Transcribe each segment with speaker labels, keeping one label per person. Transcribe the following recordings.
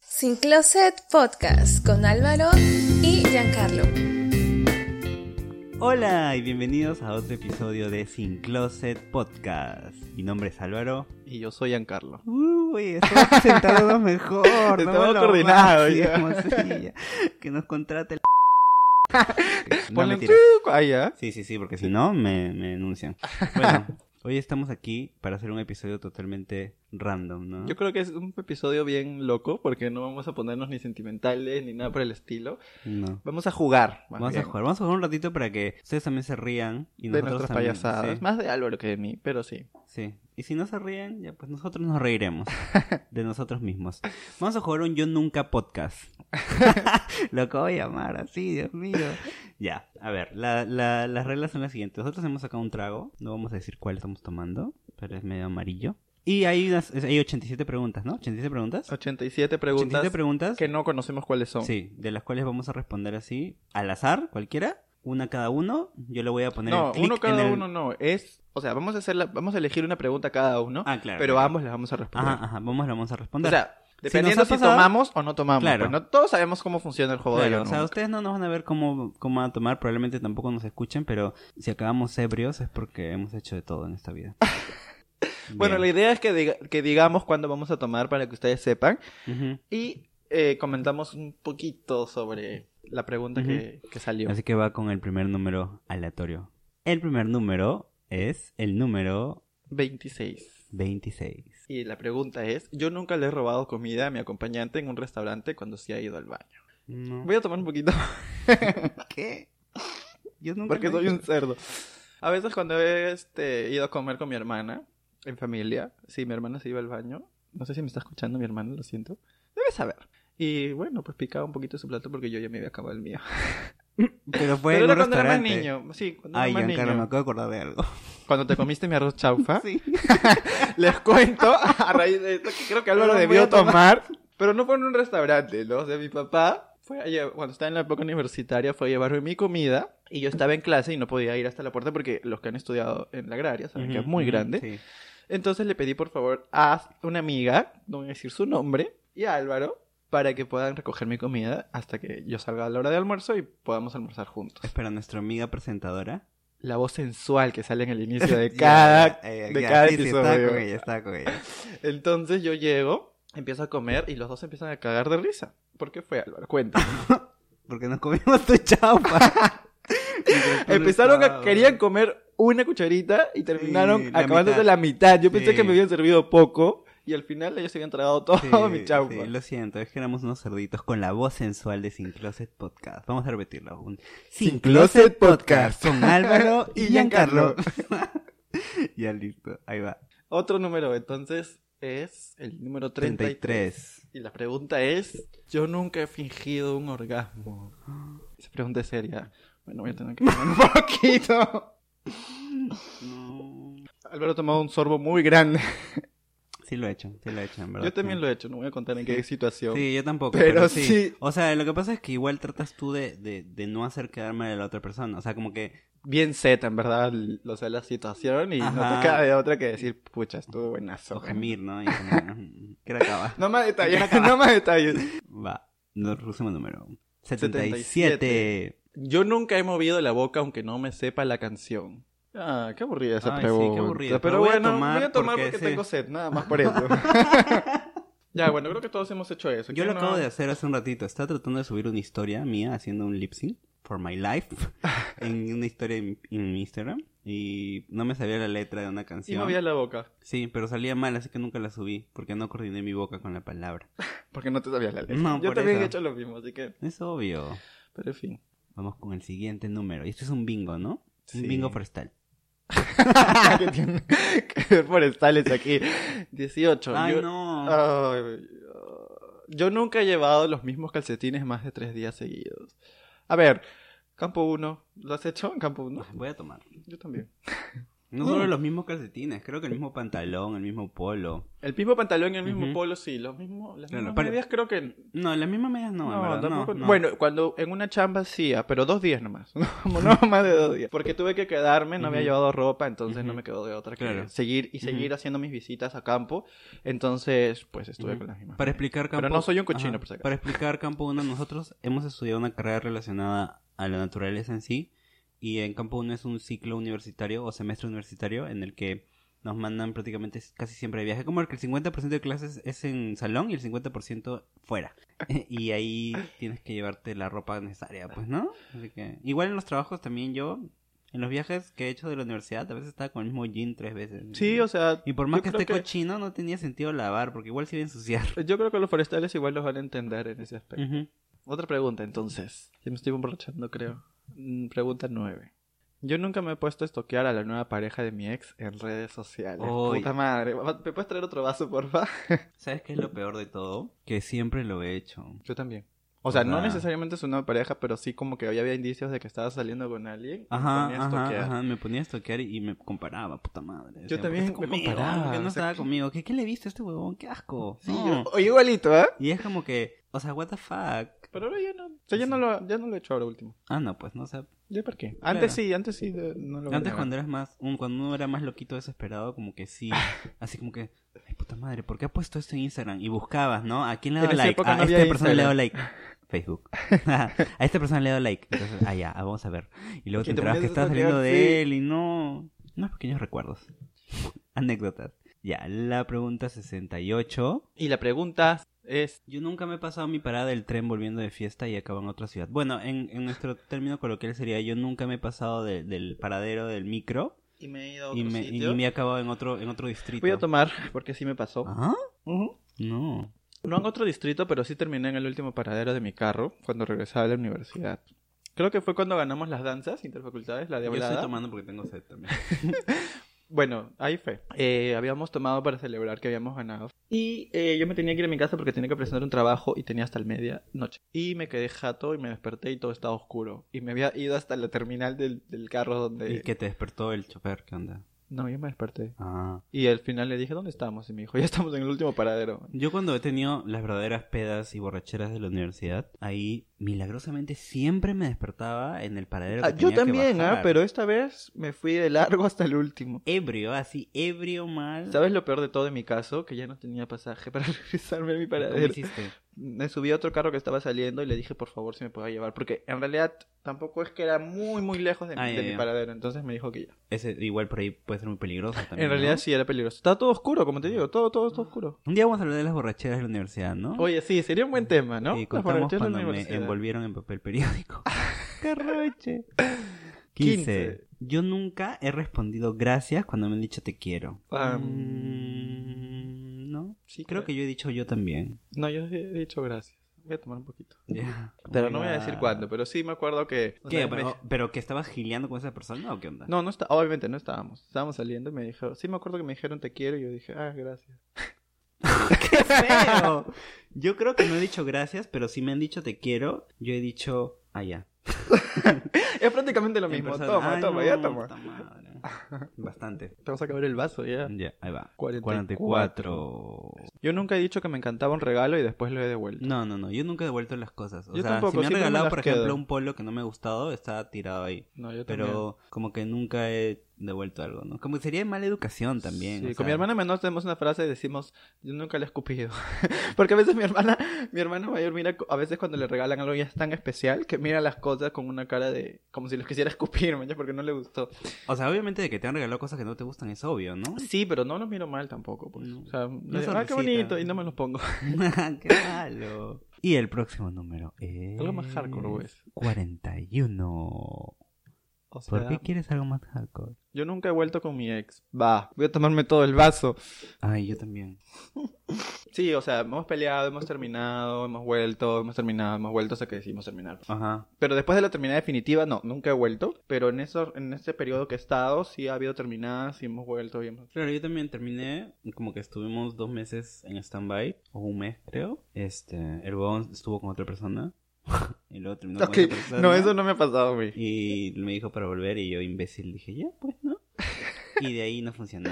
Speaker 1: Sin Closet Podcast con Álvaro y Giancarlo.
Speaker 2: Hola y bienvenidos a otro episodio de Sin Closet Podcast. Mi nombre es Álvaro.
Speaker 3: Y yo soy Giancarlo.
Speaker 2: Uy, estamos presentados mejor.
Speaker 3: Estamos
Speaker 2: Bueno,
Speaker 3: coordinados
Speaker 2: sí,
Speaker 3: ya.
Speaker 2: hermosilla. Que nos contrate el... No,
Speaker 3: Ponle un
Speaker 2: mentira.
Speaker 3: chuc ahí, ¿ah?
Speaker 2: Sí, sí, sí, porque si no me, me denuncian. Bueno, hoy estamos aquí para hacer un episodio totalmente random, ¿no?
Speaker 3: Yo creo que es un episodio bien loco porque no vamos a ponernos ni sentimentales ni nada por el estilo.
Speaker 2: No.
Speaker 3: Vamos a jugar. más
Speaker 2: Vamos
Speaker 3: bien,
Speaker 2: a jugar, vamos a jugar un ratito para que ustedes también se rían y
Speaker 3: De
Speaker 2: nosotros
Speaker 3: nuestras
Speaker 2: también,
Speaker 3: payasadas.
Speaker 2: sí.
Speaker 3: Más de Álvaro que de mí, pero sí.
Speaker 2: Sí. Y si no se ríen, ya pues nosotros nos reiremos de nosotros mismos. Vamos a jugar un Yo Nunca podcast. Lo que voy a llamar así, Dios mío. Ya, a ver, la- la- las reglas son las siguientes. Nosotros hemos sacado un trago, no vamos a decir cuál estamos tomando, pero es medio amarillo. Y hay, unas, hay 87 preguntas, ¿no? ¿87 preguntas?
Speaker 3: 87 preguntas
Speaker 2: 87 preguntas.
Speaker 3: que no conocemos cuáles son.
Speaker 2: Sí, de las cuales vamos a responder así, al azar, cualquiera. Una cada uno. Yo le voy a poner
Speaker 3: No,
Speaker 2: el clic
Speaker 3: uno cada
Speaker 2: en el-
Speaker 3: uno no. Es, o sea, vamos a hacer la- vamos a elegir una pregunta cada uno,
Speaker 2: Ah, claro.
Speaker 3: pero
Speaker 2: claro.
Speaker 3: ambos las vamos a responder.
Speaker 2: Ajá, ajá, vamos, la vamos a
Speaker 3: o
Speaker 2: responder.
Speaker 3: sea,
Speaker 2: nos
Speaker 3: dependiendo
Speaker 2: ha
Speaker 3: si,
Speaker 2: pasado-
Speaker 3: tomamos o no tomamos.
Speaker 2: Claro.
Speaker 3: pues, no todos sabemos cómo funciona el juego de
Speaker 2: Claro,
Speaker 3: la
Speaker 2: o sea, ustedes no nos van a ver cómo, cómo van a tomar, probablemente tampoco nos escuchen, pero si acabamos ebrios es porque hemos hecho de todo en esta vida.
Speaker 3: Bueno, la
Speaker 2: Bien.
Speaker 3: idea es que, diga- que digamos cuándo vamos a tomar para que ustedes sepan
Speaker 2: Ujú.
Speaker 3: y eh, comentamos un poquito sobre la pregunta que, que salió.
Speaker 2: Así que va con el primer número aleatorio. El primer número es el número
Speaker 3: 26.
Speaker 2: 26.
Speaker 3: Y la pregunta es, yo nunca le he robado comida a mi acompañante en un restaurante cuando sí ha ido al baño.
Speaker 2: No.
Speaker 3: Voy a tomar un poquito
Speaker 2: ¿Qué? Yo nunca
Speaker 3: porque
Speaker 2: lo he
Speaker 3: soy un
Speaker 2: hecho.
Speaker 3: cerdo. A veces cuando he este, ido a comer con mi hermana en familia, si mi hermana se iba al baño, no sé si me está escuchando mi hermana, lo siento, debe saber. Y bueno, pues picaba un poquito su plato porque yo ya me había acabado el mío.
Speaker 2: Pero fue
Speaker 3: Pero
Speaker 2: en
Speaker 3: era
Speaker 2: un
Speaker 3: cuando era más
Speaker 2: restaurante.
Speaker 3: niño. Sí, cuando
Speaker 2: Ay,
Speaker 3: era más
Speaker 2: Giancarlo, me
Speaker 3: niño. Ah,
Speaker 2: acabo de acordar de algo.
Speaker 3: Cuando te comiste mi arroz chaufa,
Speaker 2: Sí.
Speaker 3: les cuento a raíz de esto que creo que Álvaro
Speaker 2: No lo voy
Speaker 3: debió
Speaker 2: a tomar.
Speaker 3: tomar. Pero no fue en un restaurante, ¿no? O sea, mi papá, fue a lle- cuando estaba en la época universitaria, fue a llevarme mi comida. Y yo estaba en clase y no podía ir hasta la puerta porque los que han estudiado en la agraria saben que es
Speaker 2: Ujú,
Speaker 3: muy
Speaker 2: ujú,
Speaker 3: grande.
Speaker 2: sí.
Speaker 3: Entonces le pedí por favor a una amiga, no voy a decir su nombre, y a Álvaro para que puedan recoger mi comida hasta que yo salga a la hora de almuerzo y podamos almorzar juntos.
Speaker 2: Espera, nuestra amiga presentadora.
Speaker 3: la voz sensual que sale en el inicio de
Speaker 2: Ya,
Speaker 3: cada,
Speaker 2: eh,
Speaker 3: de
Speaker 2: ya,
Speaker 3: cada
Speaker 2: sí, sí, Estaba con
Speaker 3: episodio.
Speaker 2: ella, estaba con ella.
Speaker 3: Entonces yo llego, empiezo a comer y los dos empiezan a cagar de risa. ¿Por qué fue, Álvaro? Cuenta.
Speaker 2: Porque nos comimos tu chaupa.
Speaker 3: Empezaron a querían comer una cucharita y terminaron
Speaker 2: la
Speaker 3: acabándose
Speaker 2: mitad.
Speaker 3: la mitad. Yo pensé
Speaker 2: Sí.
Speaker 3: que me habían servido poco y al final ellos se habían tragado todo mi chaupa.
Speaker 2: Sí, lo siento, es que éramos unos cerditos con la voz sensual de Sin Closet Podcast. Vamos a repetirlo. Un Sin, Closet, Podcast con Álvaro y
Speaker 3: Y
Speaker 2: Giancarlo.
Speaker 3: Giancarlo.
Speaker 2: ya listo, ahí va.
Speaker 3: Otro número entonces es el número 33.
Speaker 2: 33.
Speaker 3: Y la pregunta es, yo nunca he fingido un orgasmo. Esa pregunta es seria. Bueno, voy a tener que tomar un poquito.
Speaker 2: No.
Speaker 3: Álvaro ha tomado un sorbo muy grande.
Speaker 2: Sí lo he hecho, sí lo he hecho, en verdad.
Speaker 3: Yo también lo he hecho, no voy a contar en qué situación.
Speaker 2: Sí, yo tampoco.
Speaker 3: Pero
Speaker 2: sí.
Speaker 3: sí.
Speaker 2: O sea, lo que pasa es que igual tratas tú de, de, de no hacer quedar mal a la otra persona. O sea, como que
Speaker 3: Bien seta, en verdad, l- o sea, la situación y
Speaker 2: Ajá.
Speaker 3: no te queda de otra que decir, pucha, estuvo buenazo.
Speaker 2: o gemir, ¿no? Y como, ¿qué le acaba?
Speaker 3: No más detalles, no más detalles.
Speaker 2: Va, no, próximo número. 77.
Speaker 3: 77. Yo nunca he movido la boca aunque no me sepa la canción. Ah, qué aburrida esa
Speaker 2: Ay, sí, qué
Speaker 3: pregunta.
Speaker 2: aburrida.
Speaker 3: Pero,
Speaker 2: Pero voy a
Speaker 3: bueno,
Speaker 2: tomar
Speaker 3: voy a tomar
Speaker 2: porque
Speaker 3: porque,
Speaker 2: sí.
Speaker 3: tengo sed, nada más por eso. ya, bueno, creo que todos hemos hecho eso.
Speaker 2: Yo
Speaker 3: ¿Quién
Speaker 2: lo
Speaker 3: no?
Speaker 2: acabo de hacer hace un ratito. Estaba tratando de subir una historia mía haciendo un lip sync for my life en una historia en, en Instagram y no me salía la letra de una
Speaker 3: Y
Speaker 2: canción.
Speaker 3: movía la boca,
Speaker 2: Sí, pero salía mal, así que nunca la subí porque no coordiné mi boca con la palabra.
Speaker 3: porque no te sabías la letra.
Speaker 2: No,
Speaker 3: Yo
Speaker 2: por
Speaker 3: también
Speaker 2: eso.
Speaker 3: he hecho lo mismo, así que...
Speaker 2: Es obvio.
Speaker 3: Pero en fin.
Speaker 2: Vamos con el siguiente número. Y esto es un bingo, ¿no? Un
Speaker 3: Sí.
Speaker 2: bingo forestal.
Speaker 3: que tiene que ver forestales aquí. 18.
Speaker 2: Ay,
Speaker 3: yo, Ah.
Speaker 2: no.
Speaker 3: Ay, yo nunca he llevado los mismos calcetines más de tres días seguidos. A ver, campo 1, ¿lo has hecho en campo 1?
Speaker 2: Ah, Voy a tomar.
Speaker 3: Yo también.
Speaker 2: No solo los mismos calcetines, creo que el mismo pantalón, el mismo polo.
Speaker 3: El mismo pantalón y el mismo
Speaker 2: Ujú.
Speaker 3: polo, sí. Los mismos, las
Speaker 2: Claro,
Speaker 3: mismas
Speaker 2: pare-
Speaker 3: medias creo que...
Speaker 2: No, las mismas medias no, en
Speaker 3: No,
Speaker 2: verdad,
Speaker 3: tampoco-
Speaker 2: no, no.
Speaker 3: Bueno, cuando en una chamba sí, ah, pero dos días nomás. No, no más de dos días. Porque tuve que quedarme, no había
Speaker 2: Ujú.
Speaker 3: llevado ropa, entonces no
Speaker 2: Ujú.
Speaker 3: me quedó de otra que
Speaker 2: Claro.
Speaker 3: seguir y seguir
Speaker 2: Ujú.
Speaker 3: haciendo mis visitas a campo. Entonces, pues estuve
Speaker 2: Ujú.
Speaker 3: con las mismas.
Speaker 2: Para explicar
Speaker 3: Pero
Speaker 2: campo.
Speaker 3: no soy un cochino,
Speaker 2: Ajá.
Speaker 3: por si acaso.
Speaker 2: Para explicar campo 1, nosotros hemos estudiado una carrera relacionada a la naturaleza en sí. Y en campo 1 es un ciclo universitario o semestre universitario en el que nos mandan prácticamente casi siempre de viaje. Como que el 50% de clases es en salón y el 50% fuera. y ahí tienes que llevarte la ropa necesaria, pues, ¿no? Así que... Igual en los trabajos también yo. En los viajes que he hecho de la universidad, a veces estaba con el mismo jean tres veces.
Speaker 3: Sí, o sea...
Speaker 2: Y por más
Speaker 3: yo
Speaker 2: que
Speaker 3: creo
Speaker 2: esté cochino, no tenía sentido lavar, porque igual se iba a ensuciar.
Speaker 3: Yo creo que los forestales igual los van a entender en ese aspecto.
Speaker 2: Ujú.
Speaker 3: Otra pregunta, entonces. Ya me estoy emborrachando, creo. Mm, Pregunta nueve. Yo nunca me he puesto a estoquear a la nueva pareja de mi ex en redes sociales.
Speaker 2: Uy.
Speaker 3: Puta madre. Va- ¿Me puedes traer otro vaso, porfa?
Speaker 2: ¿Sabes qué es lo peor de todo? Que siempre lo he hecho.
Speaker 3: Yo también. O sea, no
Speaker 2: Hola.
Speaker 3: necesariamente su nueva pareja, pero sí como que ya había indicios de que estaba saliendo con alguien. y me
Speaker 2: Ajá,
Speaker 3: ponía a estoquear.
Speaker 2: ajá, ajá, me ponía a estoquear y y me comparaba, puta madre. Decía,
Speaker 3: también
Speaker 2: ¿por qué
Speaker 3: me
Speaker 2: conmigo?
Speaker 3: comparaba,
Speaker 2: ¿Por qué
Speaker 3: o
Speaker 2: no
Speaker 3: sea,
Speaker 2: estaba conmigo? ¿Qué, ¿Qué le viste a este huevón? ¡Qué asco!
Speaker 3: Sí,
Speaker 2: No.
Speaker 3: yo- o igualito, ¿eh?
Speaker 2: Y es como que, o sea, what the fuck.
Speaker 3: Pero ahora ya no. O sea, ya no lo, ya no lo he hecho ahora último.
Speaker 2: Ah, no, pues, no, o sea,
Speaker 3: ¿Ya por qué?
Speaker 2: Claro.
Speaker 3: Antes sí, antes sí de- no lo
Speaker 2: antes
Speaker 3: veía.
Speaker 2: cuando eras más, un- cuando uno era más loquito desesperado, como que sí, así como que, ay, puta madre, ¿por qué ha puesto esto en Instagram? Y buscabas, ¿no? ¿A quién le
Speaker 3: En
Speaker 2: dado
Speaker 3: esa
Speaker 2: like?
Speaker 3: época
Speaker 2: A
Speaker 3: no había
Speaker 2: esta persona le he dado like. Facebook. a esta persona le he dado like. Entonces, ah, ya, ah, vamos a ver. Y luego te
Speaker 3: Que te
Speaker 2: enterabas que
Speaker 3: ponías a
Speaker 2: estabas
Speaker 3: stalkear,
Speaker 2: saliendo
Speaker 3: sí.
Speaker 2: de él y no... Unos pequeños recuerdos. Anécdotas. Ya, la pregunta 68.
Speaker 3: Y la pregunta es...
Speaker 2: Yo nunca me he pasado mi parada del tren volviendo de fiesta y acabo en otra ciudad. Bueno, en, en nuestro término coloquial sería yo nunca me he pasado de- del paradero del micro
Speaker 3: Y me he ido a
Speaker 2: y me, y me he acabado en otro, en otro distrito.
Speaker 3: Voy a tomar, porque sí me pasó.
Speaker 2: ¿Ah?
Speaker 3: Ujú.
Speaker 2: No.
Speaker 3: No en otro distrito, pero sí terminé en el último paradero de mi carro cuando regresaba a la universidad. Creo que fue cuando ganamos las danzas interfacultades, la de
Speaker 2: Yo estoy
Speaker 3: hablada.
Speaker 2: tomando porque tengo sed también.
Speaker 3: Bueno, ahí fue. Eh, habíamos tomado para celebrar que habíamos ganado. Y eh, yo me tenía que ir a mi casa porque tenía que presentar un trabajo y tenía hasta el medianoche. Y me quedé jato y me desperté y todo estaba oscuro. Y me había ido hasta la terminal del, del carro donde...
Speaker 2: ¿Y que te despertó el chofer? ¿Qué onda?
Speaker 3: No, yo me desperté.
Speaker 2: Ah...
Speaker 3: Y al final le dije, ¿dónde estamos? Y me dijo, ya estamos en el último paradero.
Speaker 2: Yo cuando he tenido las verdaderas pedas y borracheras de la universidad, ahí milagrosamente siempre me despertaba en el paradero. Que
Speaker 3: Ah,
Speaker 2: tenía
Speaker 3: yo
Speaker 2: que
Speaker 3: también, ¿ah?
Speaker 2: bajar.
Speaker 3: Pero esta vez me fui de largo hasta el último.
Speaker 2: Ebrio, así, ebrio mal.
Speaker 3: ¿Sabes lo peor de todo de mi caso? Que ya no tenía pasaje para regresarme a mi
Speaker 2: ¿Cómo
Speaker 3: paradero.
Speaker 2: hiciste?
Speaker 3: Me subí a otro carro que estaba saliendo y le dije, por favor, si me podía llevar. Porque en realidad tampoco es que era muy, muy lejos de, mi-
Speaker 2: Ah,
Speaker 3: de
Speaker 2: ya,
Speaker 3: mi
Speaker 2: ya.
Speaker 3: paradero. Entonces me dijo que ya.
Speaker 2: Ese, igual por ahí puede ser muy peligroso también.
Speaker 3: en realidad
Speaker 2: ¿no?
Speaker 3: sí era peligroso. Estaba todo oscuro, como te digo. Todo, todo, todo oscuro.
Speaker 2: Un día vamos a hablar de las borracheras de la universidad, ¿no?
Speaker 3: Oye, sí, sería un buen tema, ¿no?
Speaker 2: Y
Speaker 3: Las
Speaker 2: Eh, contamos
Speaker 3: borracheras en la
Speaker 2: cuando me
Speaker 3: universidad.
Speaker 2: envolvieron en papel periódico. ¡Carroche! 15.
Speaker 3: 15.
Speaker 2: Yo nunca he respondido gracias cuando me han dicho te quiero.
Speaker 3: Ah,
Speaker 2: Mm, no.
Speaker 3: Sí,
Speaker 2: Creo que yo he dicho yo también.
Speaker 3: No, yo he dicho gracias. Voy a tomar un poquito.
Speaker 2: Ya.
Speaker 3: Pero no voy a decir
Speaker 2: Ah.
Speaker 3: cuándo, pero sí me acuerdo que... o
Speaker 2: ¿Qué?
Speaker 3: sea,
Speaker 2: Pero,
Speaker 3: me-
Speaker 2: pero que estabas gileando con esa persona o qué onda?
Speaker 3: No, no está... obviamente no estábamos. Estábamos saliendo y me dijeron... Sí me acuerdo que me dijeron te quiero y yo dije, ah, gracias.
Speaker 2: ¡Qué feo! Yo creo que no he dicho gracias, pero si me han dicho te quiero, yo he dicho "Ah, allá.
Speaker 3: Es prácticamente lo mismo.
Speaker 2: "Ah,
Speaker 3: Toma, toma, ya toma.
Speaker 2: Bastante.
Speaker 3: Te vas a acabar el vaso ya.
Speaker 2: Ya, ahí va.
Speaker 3: 44.
Speaker 2: 44.
Speaker 3: Yo nunca he dicho que me encantaba un regalo y después lo he devuelto.
Speaker 2: No, no, no. Yo nunca he devuelto las cosas. O
Speaker 3: Yo
Speaker 2: sea,
Speaker 3: tampoco,
Speaker 2: si me han
Speaker 3: siempre me
Speaker 2: regalado,
Speaker 3: las
Speaker 2: por
Speaker 3: quedo.
Speaker 2: ejemplo, un polo que no me ha gustado, está tirado ahí.
Speaker 3: No, yo también.
Speaker 2: Pero como que nunca he devuelto algo, ¿no? Como que sería de mala educación también.
Speaker 3: Sí,
Speaker 2: o
Speaker 3: con mi
Speaker 2: sea.
Speaker 3: hermana menor tenemos una frase y decimos, yo nunca le he escupido. Porque a veces mi hermana, mi hermana mayor mira, a veces cuando le regalan algo ya es tan especial que mira las cosas con una cara de, como si los quisiera escupir, man, ya porque no le gustó.
Speaker 2: O sea, obviamente de que te han regalado cosas que no te gustan es obvio, ¿no?
Speaker 3: Sí, pero no los miro mal tampoco, pues.
Speaker 2: No.
Speaker 3: O sea, le digo, ah,
Speaker 2: sonrisita.
Speaker 3: qué bonito, y no me los pongo.
Speaker 2: ¡Qué malo! Y el próximo número es...
Speaker 3: Algo más hardcore, güey.
Speaker 2: 41.
Speaker 3: O sea,
Speaker 2: ¿Por qué quieres algo más hardcore?
Speaker 3: yo nunca he vuelto con mi ex. Va, voy a tomarme todo el vaso.
Speaker 2: Ay, yo también.
Speaker 3: Sí, o sea, hemos peleado, hemos terminado, hemos vuelto, hemos terminado, hemos vuelto hasta que decidimos terminar.
Speaker 2: Ajá.
Speaker 3: Pero después de la terminada definitiva, no, nunca he vuelto. Pero en eso, en este periodo que he estado, sí ha habido terminadas y hemos vuelto y hemos...
Speaker 2: Claro, yo también terminé, como que estuvimos dos meses en stand-by, o un mes creo. Este, el huevón estuvo con otra persona, y luego terminó
Speaker 3: Ok,
Speaker 2: con otra persona.
Speaker 3: no, eso no me ha pasado a mí.
Speaker 2: Y me dijo para volver, y yo imbécil dije, ya, pues, ¿no? Y de ahí no funcionó.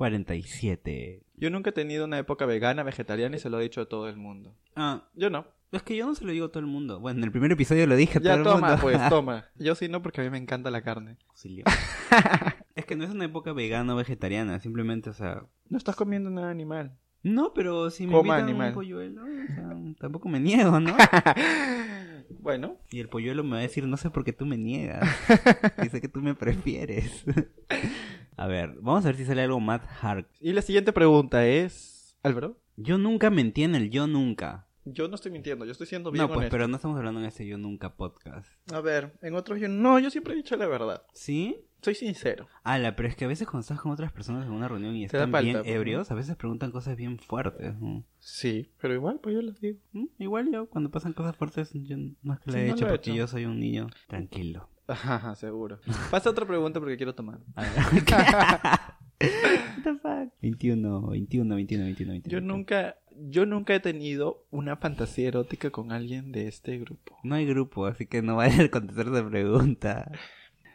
Speaker 2: 47.
Speaker 3: Yo nunca he tenido una época vegana, vegetariana y se lo he dicho a todo el mundo.
Speaker 2: Ah,
Speaker 3: Yo no.
Speaker 2: es que yo no se lo digo a todo el mundo. Bueno, en el primer episodio lo dije a todo
Speaker 3: Ya
Speaker 2: el
Speaker 3: toma,
Speaker 2: mundo.
Speaker 3: pues, toma. Yo sí no porque a mí me encanta la carne.
Speaker 2: Auxilio. es que no es una época vegana o vegetariana, simplemente, o sea...
Speaker 3: No estás comiendo nada animal.
Speaker 2: No, pero si me
Speaker 3: Coma
Speaker 2: invitan
Speaker 3: animal.
Speaker 2: un polluelo, o sea, tampoco me niego, ¿no?
Speaker 3: Bueno,
Speaker 2: Y el polluelo me va a decir, no sé por qué tú me niegas. Dice que tú me prefieres. a ver, vamos a ver si sale algo más hard.
Speaker 3: y la siguiente pregunta es... Álvaro,
Speaker 2: Yo nunca mentí en el yo nunca.
Speaker 3: yo no estoy mintiendo, yo estoy siendo bien
Speaker 2: No, pues,
Speaker 3: honesto.
Speaker 2: pero no estamos hablando en este yo nunca podcast.
Speaker 3: A ver, en otros yo... No, yo siempre he dicho la verdad.
Speaker 2: ¿Sí?
Speaker 3: Soy sincero.
Speaker 2: Ala, pero es que a veces cuando estás con otras personas en una reunión y
Speaker 3: Te da
Speaker 2: están
Speaker 3: palta,
Speaker 2: bien
Speaker 3: pues, ¿no?
Speaker 2: ebrios, a veces preguntan cosas bien fuertes. ¿no?
Speaker 3: Sí, pero igual, pues yo les digo.
Speaker 2: Mm, Igual yo, cuando pasan cosas fuertes, yo no es que
Speaker 3: Sí,
Speaker 2: le he
Speaker 3: no
Speaker 2: hecho
Speaker 3: lo he
Speaker 2: porque
Speaker 3: hecho.
Speaker 2: yo soy un niño tranquilo.
Speaker 3: Ajá, ajá, seguro. Pasa otra pregunta porque quiero tomar.
Speaker 2: A ver, ¿qué? What the fuck? 21, 21, 21, 21, 21.
Speaker 3: Yo nunca, yo nunca he tenido una fantasía erótica con alguien de este grupo.
Speaker 2: No hay grupo, así que no vaya a contestar esa pregunta.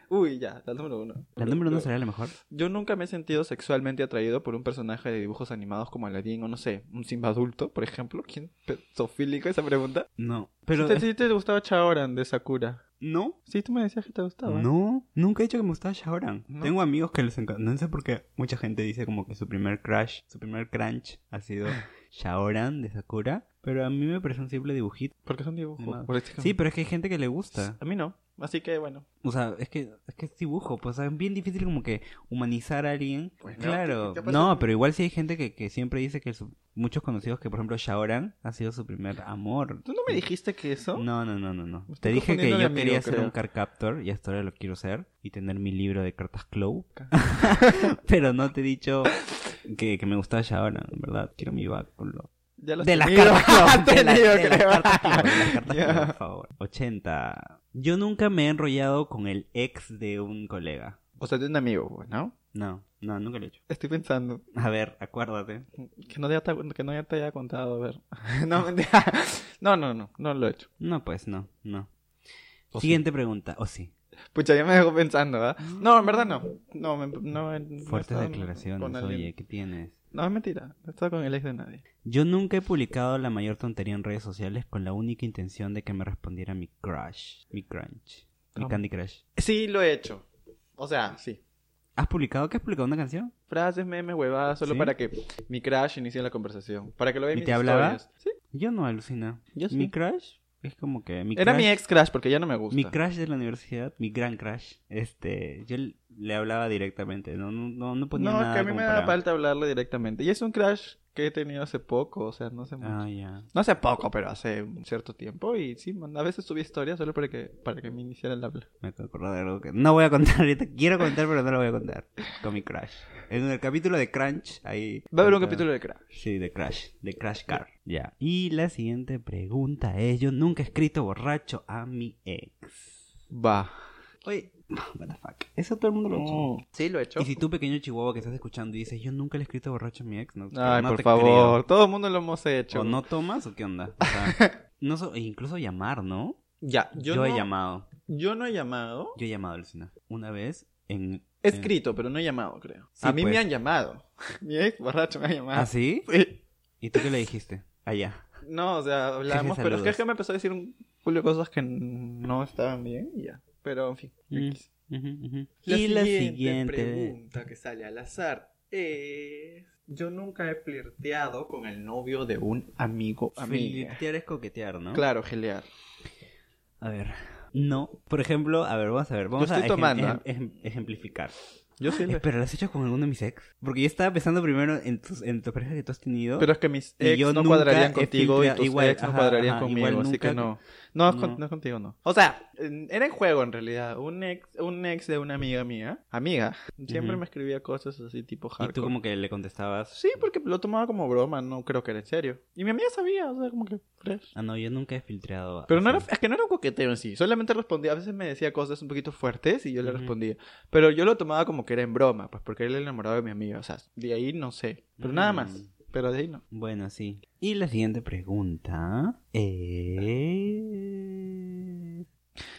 Speaker 3: Uy, ya, la número uno.
Speaker 2: La número uno será la mejor.
Speaker 3: Yo nunca me he sentido sexualmente atraído por un personaje de dibujos animados como Aladdin o no sé, un Simba adulto, por ejemplo. ¿Quién? ¿Sofílico esa pregunta?
Speaker 2: No, pero...
Speaker 3: Si te, sí te gustaba Chaoran de Sakura.
Speaker 2: ¿No?
Speaker 3: Sí, tú me decías que te gustaba.
Speaker 2: No, nunca he dicho que me gustaba Shaoran.
Speaker 3: No.
Speaker 2: Tengo amigos que les encanta. No sé por qué mucha gente dice como que su primer crush, su primer crunch ha sido Shaoran de Sakura. Pero a mí me parece un simple dibujito.
Speaker 3: Porque son dibujos.
Speaker 2: Animados.
Speaker 3: Por eso-
Speaker 2: Sí, pero es que hay gente que le gusta.
Speaker 3: A mí no. Así que bueno.
Speaker 2: O sea, es que es, que es dibujo. Pues o sea, es bien difícil como que humanizar a alguien.
Speaker 3: Pues no,
Speaker 2: claro.
Speaker 3: ¿qué- qué pasa?
Speaker 2: no, pero igual sí hay gente que, que siempre dice que su- muchos conocidos que, por ejemplo, Shaoran ha sido su primer amor.
Speaker 3: ¿Tú no me dijiste que eso?
Speaker 2: No, no, no, no, no.
Speaker 3: Me
Speaker 2: Te
Speaker 3: estoy
Speaker 2: dije que
Speaker 3: confundiendo
Speaker 2: yo
Speaker 3: de amigo,
Speaker 2: quería ser
Speaker 3: creo.
Speaker 2: un car captor y hasta ahora lo quiero ser y tener mi libro de cartas Clow. Pero no te he dicho que, que me gustaba Shaoran, en ¿verdad? Quiero mi báculo.
Speaker 3: Ya lo has
Speaker 2: De las
Speaker 3: tenido.
Speaker 2: cartas
Speaker 3: Lo
Speaker 2: Clow,
Speaker 3: has
Speaker 2: de las-
Speaker 3: tenido,
Speaker 2: de las
Speaker 3: creo.
Speaker 2: cartas Clow, de las cartas
Speaker 3: Ya.
Speaker 2: Clow, por favor. 80. Yo nunca me he enrollado con el ex de un colega.
Speaker 3: O sea, de un amigo, pues, ¿no?
Speaker 2: No, no, nunca lo he hecho.
Speaker 3: Estoy pensando.
Speaker 2: A ver, acuérdate.
Speaker 3: Que no, ya te, que no ya te haya contado, a ver. No, mentira. No, no, no, no lo he hecho.
Speaker 2: No, pues no, no.
Speaker 3: O sí.
Speaker 2: Siguiente pregunta, o sí.
Speaker 3: Pucha, ya me dejó pensando, ¿verdad? No, en verdad no. No, me, no, he- no he
Speaker 2: Fuertes
Speaker 3: estado
Speaker 2: declaraciones,
Speaker 3: con alguien.
Speaker 2: oye, ¿qué tienes?
Speaker 3: No, es mentira. No he estado con el ex de nadie.
Speaker 2: Yo nunca he publicado la mayor tontería en redes sociales con la única intención de que me respondiera mi crush, mi crunch, mi
Speaker 3: Ah.
Speaker 2: Candy Crush.
Speaker 3: Sí, lo he hecho. O sea, sí.
Speaker 2: ¿Has publicado que has publicado una canción?
Speaker 3: Frases, memes, huevadas, solo
Speaker 2: ¿Sí?
Speaker 3: para que mi crush inicie la conversación. Para que lo vea en
Speaker 2: ¿Y
Speaker 3: mis
Speaker 2: te hablaba?
Speaker 3: historias. Sí,
Speaker 2: Yo no alucina.
Speaker 3: yo sí.
Speaker 2: Mi crush es como que mi
Speaker 3: Era
Speaker 2: crush,
Speaker 3: mi ex crush porque ya no me gusta.
Speaker 2: mi crush de la universidad, mi gran crush. Este, yo l- le hablaba directamente, no no no, no ponía
Speaker 3: No,
Speaker 2: nada
Speaker 3: que a mí
Speaker 2: como
Speaker 3: me da
Speaker 2: para-
Speaker 3: falta hablarle directamente. Y es un crush que he tenido hace poco, o sea, no hace mucho.
Speaker 2: Ah, ya.
Speaker 3: No hace poco, pero hace un cierto tiempo. Y sí, man, a veces subí historias solo para que, para que me iniciara el habla.
Speaker 2: Me acabo de acordar de algo que no voy a contar ahorita. Quiero contar, pero no lo voy a contar. Con mi crush. En el capítulo de Crunch, ahí.
Speaker 3: Va a haber un
Speaker 2: cuenta-
Speaker 3: capítulo de Crash.
Speaker 2: Sí, de Crash, de Crash Car. Ya. Y la siguiente pregunta es, yo nunca he escrito borracho a mi ex.
Speaker 3: Va.
Speaker 2: Oye, what the fuck. Eso todo el mundo lo ha hecho.
Speaker 3: Sí, lo he hecho.
Speaker 2: Y si tú, pequeño chihuahua que estás escuchando y dices, yo nunca le he escrito borracho a mi ex, no,
Speaker 3: Ay,
Speaker 2: no
Speaker 3: por
Speaker 2: te
Speaker 3: favor. Todo el mundo lo hemos hecho.
Speaker 2: creo. O no tomas o qué onda. O sea, no so- e incluso llamar, ¿no?
Speaker 3: Ya, yo,
Speaker 2: Yo,
Speaker 3: no,
Speaker 2: he llamado.
Speaker 3: yo no he llamado.
Speaker 2: Yo he llamado, Lucina. Una vez en...
Speaker 3: He escrito, pero no he llamado, creo.
Speaker 2: Sí,
Speaker 3: a mí
Speaker 2: pues.
Speaker 3: me han llamado. Mi ex borracho me ha llamado.
Speaker 2: ¿Ah, sí?
Speaker 3: Sí.
Speaker 2: ¿Y tú qué le dijiste? Allá.
Speaker 3: No, o sea, hablamos,
Speaker 2: Jeje,
Speaker 3: pero es que,
Speaker 2: saludos.
Speaker 3: es que me empezó a decir un culo de cosas que no estaban bien y ya. Pero, en fin.
Speaker 2: Mm.
Speaker 3: X.
Speaker 2: Ujú, ujú. y la siguiente...
Speaker 3: que sale al azar es... Yo nunca he flirteado con el novio de un amigo amiga.
Speaker 2: Flirtear es coquetear, ¿no?
Speaker 3: Claro, gelear.
Speaker 2: A ver. No, por ejemplo, a ver, vamos a ver, vamos
Speaker 3: estoy
Speaker 2: a ejem-
Speaker 3: tomando,
Speaker 2: ejem- ejem- ejemplificar. Eh,
Speaker 3: Yo sí lo-
Speaker 2: Pero ¿lo has hecho con alguno de mis ex? Porque yo estaba pensando primero en tus en tu pareja que tú has tenido.
Speaker 3: Pero es que mis
Speaker 2: Y
Speaker 3: ex
Speaker 2: yo
Speaker 3: no
Speaker 2: nunca
Speaker 3: cuadrarían
Speaker 2: he
Speaker 3: contigo y
Speaker 2: filtrado-
Speaker 3: tus
Speaker 2: igual,
Speaker 3: ex no
Speaker 2: ajá,
Speaker 3: cuadrarían
Speaker 2: ajá,
Speaker 3: conmigo,
Speaker 2: igual
Speaker 3: así que
Speaker 2: nunca-
Speaker 3: no. No, es con-
Speaker 2: No.
Speaker 3: no es contigo, no. O sea, en- era en juego en realidad. Un ex, un ex de una amiga mía, amiga, siempre
Speaker 2: Ujú.
Speaker 3: me escribía cosas así tipo
Speaker 2: y
Speaker 3: hardcore.
Speaker 2: tú como que le contestabas,
Speaker 3: Sí, porque lo tomaba como broma, no creo que era en serio. Y mi amiga sabía, o sea, como que fresh.
Speaker 2: ah, no, yo nunca he filtrado.
Speaker 3: Pero no
Speaker 2: así".
Speaker 3: era, es que no era un coqueteo en sí, solamente respondía, a veces me decía cosas un poquito fuertes y yo le
Speaker 2: Ujú.
Speaker 3: respondía. Pero yo lo tomaba como que era en broma, pues porque él era enamorado de mi amiga, o sea, de ahí no sé. Pero nada más,
Speaker 2: Mm.
Speaker 3: pero de ahí no.
Speaker 2: Bueno, sí. Y la siguiente pregunta es...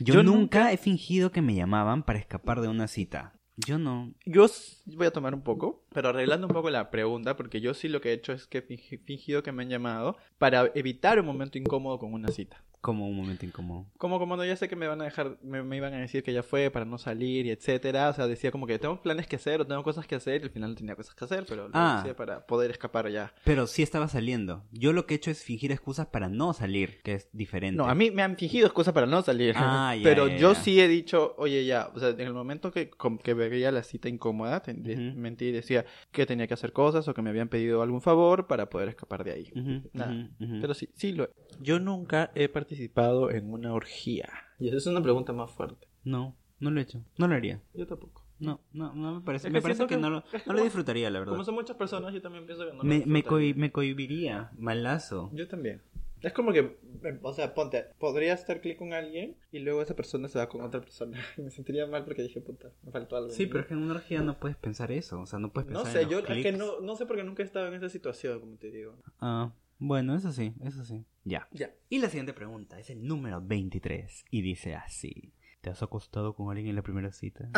Speaker 2: Yo,
Speaker 3: Yo
Speaker 2: nunca he fingido que me llamaban para escapar de una cita. Yo no.
Speaker 3: Yo s- voy a tomar un poco, pero arreglando un poco la pregunta, porque yo sí lo que he hecho es que he fingi- fingido que me han llamado para evitar un momento incómodo con una cita.
Speaker 2: Como un momento incómodo.
Speaker 3: Como como no, ya sé que me van a dejar, me, me iban a decir que ya fue para no salir y etcétera. O sea, decía como que tengo planes que hacer o tengo cosas que hacer y al final no tenía cosas que hacer, pero lo
Speaker 2: Ah.
Speaker 3: hice para poder escapar ya.
Speaker 2: Pero sí estaba saliendo. Yo lo que he hecho es fingir excusas para no salir, que es diferente.
Speaker 3: No, a mí me han fingido excusas para no salir.
Speaker 2: Ah, ya,
Speaker 3: pero
Speaker 2: ya,
Speaker 3: yo
Speaker 2: ya.
Speaker 3: sí he dicho, oye, ya, o sea, en el momento que, com- que veía la cita incómoda, te-
Speaker 2: Ujú.
Speaker 3: mentí y decía que tenía que hacer cosas o que me habían pedido algún favor para poder escapar de ahí.
Speaker 2: Ujú, ujú,
Speaker 3: Nada.
Speaker 2: ujú.
Speaker 3: Pero sí, sí lo Yo nunca he participado en una orgía. Y esa es una pregunta más fuerte.
Speaker 2: No, no lo he hecho. No lo haría.
Speaker 3: Yo tampoco.
Speaker 2: No, no, no me parece.
Speaker 3: Es que
Speaker 2: me parece
Speaker 3: siento
Speaker 2: que,
Speaker 3: que-
Speaker 2: no, lo,
Speaker 3: es
Speaker 2: no
Speaker 3: como-
Speaker 2: lo disfrutaría, la verdad.
Speaker 3: Como son muchas personas, yo también pienso que no lo
Speaker 2: Me, me,
Speaker 3: disfrutaría.
Speaker 2: cohi- me cohibiría, malazo.
Speaker 3: Yo también. Es como que, o sea, ponte, podría estar clic con alguien y luego esa persona se va con otra persona. Y me sentiría mal porque dije, puta, me faltó algo.
Speaker 2: Sí, pero es que en una orgía no puedes pensar eso. O sea, no puedes
Speaker 3: No
Speaker 2: pensar
Speaker 3: sé,
Speaker 2: en
Speaker 3: yo
Speaker 2: los
Speaker 3: es que
Speaker 2: clics.
Speaker 3: no, no sé porque nunca he estado en esa situación, como te digo.
Speaker 2: Ah, bueno, eso sí, eso sí. Ya.
Speaker 3: Ya.
Speaker 2: Y la siguiente pregunta es el número 23 y dice así. ¿Te has acostado con alguien en la primera cita?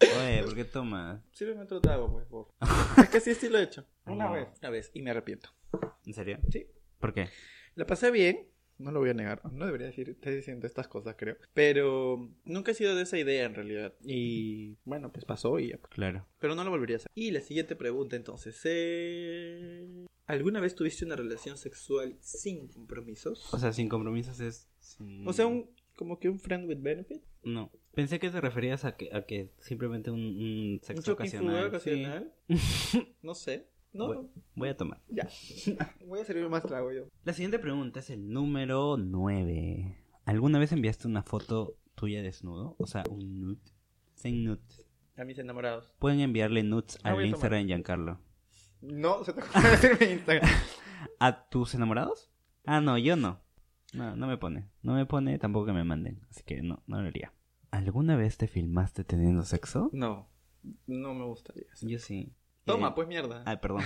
Speaker 2: Oye, ¿por qué tomas?
Speaker 3: Sírveme otro trago, pues, por. es que sí, sí lo he hecho.
Speaker 2: No.
Speaker 3: Una vez. Y me arrepiento.
Speaker 2: ¿En serio?
Speaker 3: Sí.
Speaker 2: ¿Por qué?
Speaker 3: La pasé bien, no lo voy a negar, no debería decir, estar diciendo estas cosas, creo. Pero nunca he sido de esa idea en realidad. Y bueno, pues pasó y ya. pues.
Speaker 2: Claro.
Speaker 3: Pero no lo volvería a hacer. Y la siguiente pregunta entonces eh... ¿Alguna vez tuviste una relación sexual sin compromisos?
Speaker 2: O sea, sin compromisos es... sin-
Speaker 3: O sea, un, como que un friend with benefit.
Speaker 2: No. Pensé que te referías a que, a que simplemente un, un
Speaker 3: Un
Speaker 2: sexo
Speaker 3: shocking fluid
Speaker 2: ocasional. Sí.
Speaker 3: ocasional. No sé. No,
Speaker 2: Bueno. Voy a tomar.
Speaker 3: ya. Voy a servir más trago yo.
Speaker 2: La siguiente pregunta es el número 9. ¿Alguna vez enviaste una foto tuya desnudo? O sea, un nude. Sin nude.
Speaker 3: A mis enamorados.
Speaker 2: Pueden enviarle nudes
Speaker 3: Ah,
Speaker 2: al
Speaker 3: voy a
Speaker 2: Instagram de Giancarlo.
Speaker 3: No, se te ocurre decir mi Instagram.
Speaker 2: ¿A tus enamorados? Ah, no, yo no. No, no me pone. No me pone, tampoco que me manden. Así que no, no lo haría. ¿Alguna vez te filmaste teniendo sexo?
Speaker 3: No, no me gustaría. hacer.
Speaker 2: Yo sí.
Speaker 3: Toma,
Speaker 2: Eh,
Speaker 3: pues mierda.
Speaker 2: Ah, perdón.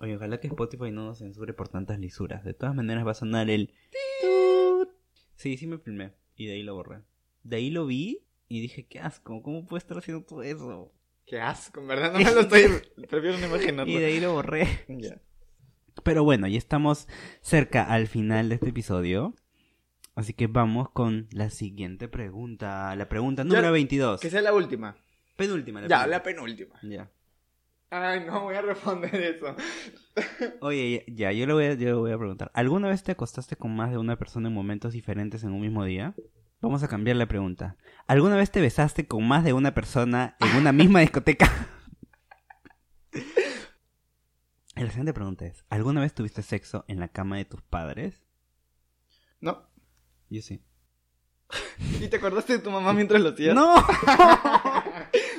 Speaker 2: Oye, ojalá que Spotify no nos censure por tantas lisuras. De todas maneras va a sonar el... tut. Sí, sí me filmé. Y de ahí lo borré. De ahí lo vi y dije, qué asco, ¿cómo puedo estar haciendo todo eso?
Speaker 3: Qué asco, en verdad no me lo estoy. Prefiero no imaginarlo.
Speaker 2: Y de ahí lo borré.
Speaker 3: Ya.
Speaker 2: Pero bueno, ya estamos cerca al final de este episodio. Así que vamos con la siguiente pregunta. La pregunta número 22.
Speaker 3: Que sea la última.
Speaker 2: Penúltima.
Speaker 3: ya, la
Speaker 2: penúltima.
Speaker 3: penúltima.
Speaker 2: Ya.
Speaker 3: Ay, no voy a responder eso.
Speaker 2: Oye, ya, ya, yo, le voy a, yo le voy a preguntar. ¿Alguna vez te acostaste con más de una persona en momentos diferentes en un mismo día? Vamos a cambiar la pregunta. ¿Alguna vez te besaste con más de una persona en una misma discoteca? la siguiente pregunta es, ¿alguna vez tuviste sexo en la cama de tus padres?
Speaker 3: No.
Speaker 2: Yo sí.
Speaker 3: ¿Y te acordaste de tu mamá mientras lo hacías?
Speaker 2: ¡No!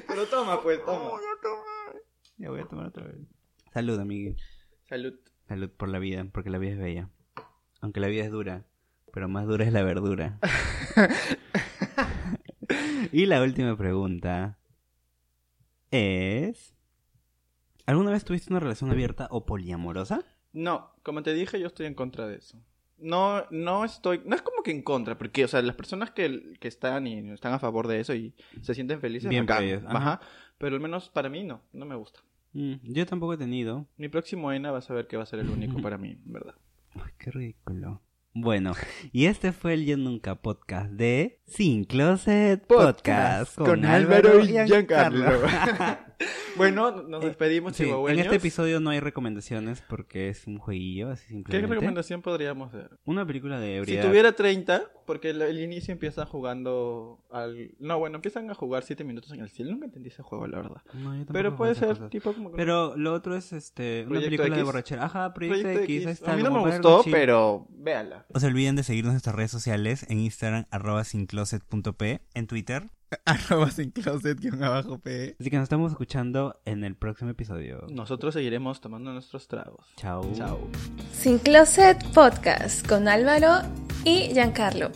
Speaker 3: Pero toma, pues, toma.
Speaker 2: Ya voy a tomar otra vez. Salud, amigo.
Speaker 3: Salud.
Speaker 2: Salud por la vida, porque la vida es bella. Aunque la vida es dura, pero más dura es la verdura. y la última pregunta es... ¿Alguna vez tuviste una relación abierta o poliamorosa?
Speaker 3: No, como te dije, yo estoy en contra de eso. No, no estoy, no es como que en contra, porque, o sea, las personas que, que están y están a favor de eso y se sienten felices,
Speaker 2: Bien por
Speaker 3: bacán.
Speaker 2: ellos, ajá.
Speaker 3: Ajá. Pero al menos para mí no, no me gusta.
Speaker 2: Mm, yo tampoco he tenido.
Speaker 3: Mi próximo ENA vas a ver que va a ser el único para mí, en ¿verdad?
Speaker 2: Ay, Pues qué ridículo. Bueno, y este fue el Yo Nunca Podcast de Sin Closet Podcast,
Speaker 3: bueno, nos despedimos,
Speaker 2: Sí, en
Speaker 3: chihuahueños.
Speaker 2: este episodio no hay recomendaciones porque es un jueguillo, así
Speaker 3: ¿Qué
Speaker 2: simplemente.
Speaker 3: recomendación podríamos dar?
Speaker 2: Una película de ebriedad.
Speaker 3: Si tuviera 30, porque el, el inicio empieza jugando al... No, bueno, empiezan a jugar 7 minutos en el cielo. Nunca entendí ese juego, la verdad.
Speaker 2: No, yo tampoco
Speaker 3: Pero
Speaker 2: juego
Speaker 3: puede
Speaker 2: esas
Speaker 3: ser
Speaker 2: cosas.
Speaker 3: tipo como... que-
Speaker 2: Pero lo otro es este, una
Speaker 3: Proyecto
Speaker 2: película de
Speaker 3: X.
Speaker 2: borrachera. Ajá, Proyecto,
Speaker 3: Proyecto
Speaker 2: X. ahí
Speaker 3: X.
Speaker 2: está,
Speaker 3: A mí no
Speaker 2: como
Speaker 3: me
Speaker 2: para
Speaker 3: gustó,
Speaker 2: algo chill.
Speaker 3: pero véala.
Speaker 2: No se olviden de seguirnos en nuestras redes sociales, en Instagram, arroba sincloset.p, en Twitter.
Speaker 4: Arroba sin closet guión abajo P.
Speaker 2: Así que nos estamos escuchando en el próximo episodio.
Speaker 3: Nosotros seguiremos tomando nuestros tragos.
Speaker 2: Chao.
Speaker 3: Chao.
Speaker 1: Sin Closet Podcast con Álvaro y Giancarlo.